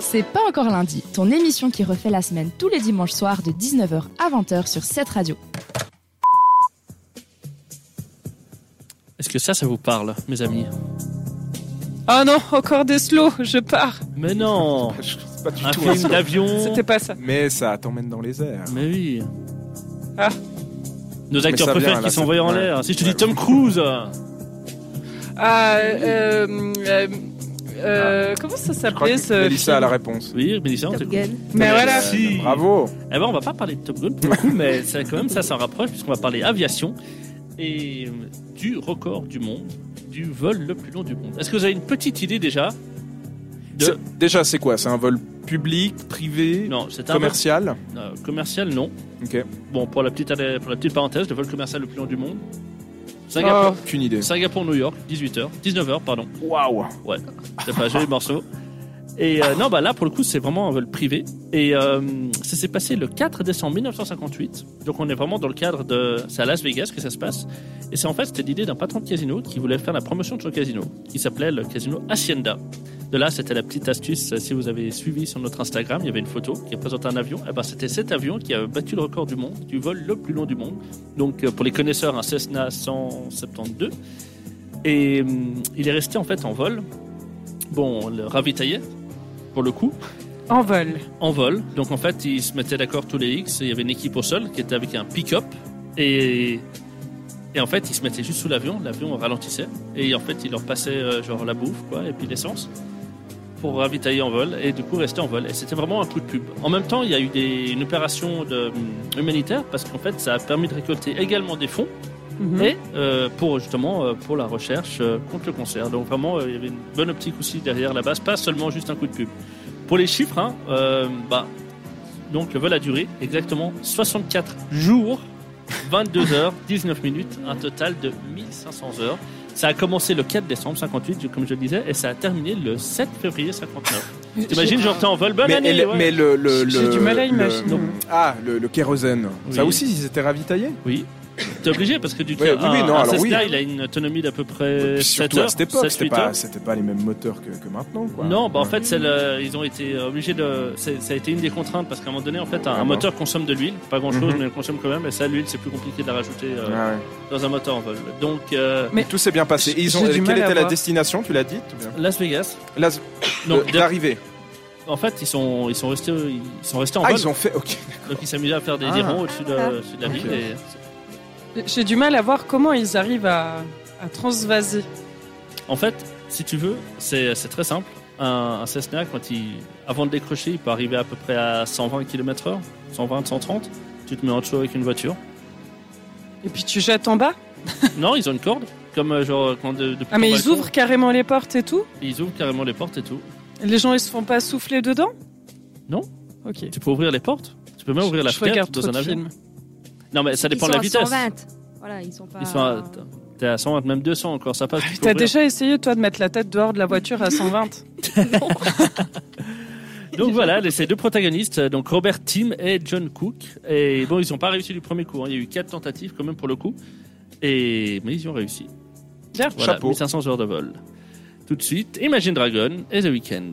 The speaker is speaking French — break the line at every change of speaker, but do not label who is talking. C'est pas encore lundi, ton émission qui refait la semaine tous les dimanches soirs de 19h à 20h sur cette radio.
Est-ce que ça, ça vous parle, mes amis
Ah non, encore des slow, je pars.
Mais non
Je sais pas du
Un
tout. hein.
film d'avion
C'était pas ça.
Mais ça t'emmène dans les airs.
Mais oui
Ah.
Nos
Mais
acteurs
ça vient,
préfèrent
là,
qui
ça-
s'envoient en
ouais.
l'air. Si je te dis
Ouais.
Tom Cruise
Ah, euh, euh, euh, comment ça
Je crois
s'appelait
que
ce
Mélissa a
film
la réponse. Euh,
Oui, mais dis ça, on t'écoute.
Mais voilà.
Si.
Bravo
Eh ben, on va pas parler de Top Gun pour le coup, mais ça, quand même, ça s'en rapproche puisqu'on va parler aviation et euh, du record du monde, du vol le plus long du monde. Est-ce que vous avez une petite idée déjà de-
C'est- Déjà, c'est quoi C'est un vol public, privé,
Non, c'est un
commercial
vol- euh, commercial, non.
Ok.
Bon, pour la petite allée- pour la petite parenthèse, le vol commercial le plus long du monde.
Oh.
Singapour,
Aucune idée.
Singapour New York, 18h, 19h, pardon.
Waouh
T'as fait un joli morceau. Et euh, non, bah là, pour le coup, c'est vraiment un vol privé. Et euh, ça s'est passé le 4 décembre 1958. Donc, on est vraiment dans le cadre de. C'est à Las Vegas que ça se passe. Et c'est en fait, c'était l'idée d'un patron de casino qui voulait faire la promotion de son casino. Il s'appelait le casino Hacienda. De là, c'était la petite astuce. Si vous avez suivi sur notre Instagram, il y avait une photo qui représentait un avion. Et ben, c'était cet avion qui a battu le record du monde, du vol le plus long du monde. Donc, euh, pour les connaisseurs, un Cessna 172. Et hum, il est resté en fait en vol Bon, on le ravitaillait, pour le coup,
En vol.
en vol. Donc en fait, ils se mettaient d'accord tous les X. et Il y avait une équipe au sol qui était avec un pick-up. Et, et en fait, ils se mettaient juste sous l'avion. L'avion ralentissait. Et en fait, ils leur passaient euh, genre la bouffe, quoi, et puis l'essence pour ravitailler en vol et du coup rester en vol. Et c'était vraiment un coup de pub. En même temps, il y a eu des- une opération de, hum, humanitaire parce qu'en fait, ça a permis de récolter également des fonds
Mhm.
et euh, pour justement euh, pour la recherche euh, contre le cancer. Donc vraiment, euh, il y avait une bonne optique aussi derrière la base, pas seulement juste un coup de pub. Pour les chiffres, hein, euh, bah, donc le vol a duré exactement 64 jours, 22 heures, 19 minutes, un total de 1500 heures. Ça a commencé le 4 décembre 58, comme je le disais, et ça a terminé le 7 février 59. T'imagines, genre t'es en vol, bonne
mais,
année
elle-
ouais.
mais le, le,
J'ai
le-
du mal à
le-
imaginer.
Ah, le, le kérosène.
Oui.
Ça aussi, ils étaient ravitaillés
Oui. T'es obligé parce que du coup,
Ouais, oui, oui,
un,
non,
un
alors oui.
Cessna, il a une autonomie d'à peu près 7
Puis Surtout à
heures.
cette époque,
7,
c'était
8
pas,
heures.
c'était pas les mêmes moteurs que, que maintenant. Quoi.
Non, bah en
Ouais.
fait, c'est le- ils ont été euh, obligés de. c'est- Ça a été une des contraintes parce qu'à un moment donné, en fait, un, un
Ah bon
moteur consomme de l'huile, pas grand chose,
Mhm.
mais il consomme quand même. Et ça, l'huile, c'est plus compliqué de la rajouter euh,
Ah ouais.
dans un moteur en vol. Donc, euh,
Mais-
Tout s'est bien passé. Et ils ont, euh,
J'ai du
quelle
mal à
était la
voir.
destination Tu l'as dit tout bien.
Las Vegas.
Là,
Non,
le-
de-
l'arrivée.
en fait, ils sont ils sont restés ils sont restés en
Ah,
vol.
ils ont fait. Ok.
Donc, ils s'amusaient à faire des, des
Ah.
ronds au-dessus de,
Ah.
au-dessus de la ville.
Ok.
et-
J'ai du mal à voir comment ils arrivent à, à transvaser.
En fait, si tu veux, c'est c'est très simple. Un, un Cessna, quand il, avant de décrocher, il peut arriver à peu près à 120 km/h, 120, 130. Tu te mets en dessous avec une voiture.
Et puis tu jettes en bas.
non, ils ont une corde. Comme euh, genre quand de, depuis
Ah mais
ton
ils
balcon,
ouvrent carrément les portes et tout.
Ils ouvrent carrément les portes et tout.
Les gens ils se font pas souffler dedans
Non.
Ok.
Tu peux ouvrir les portes Tu peux même ouvrir la
je
fenêtre
regarde
dans
trop
un
de
avion.
films.
Non, mais ça dépend
ils
de la
sont à
vitesse.
120. Voilà, ils sont pas.
Ils sont à, t'es à 120, même 200 encore, ça passe. tu peux
Ah, T'as
ouvrir.
déjà essayé toi de mettre la tête dehors de la voiture à 120
Donc voilà, les- ces deux protagonistes, euh, donc Robert Tim et John Cook. Et bon, ils n'ont pas réussi du premier coup. hein. Il y a eu quatre tentatives quand même pour le coup. Et mais ils y ont réussi.
Bien.
Voilà,
Chapeau.
1500 heures de vol. Tout de suite, Imagine Dragon et The Weeknd.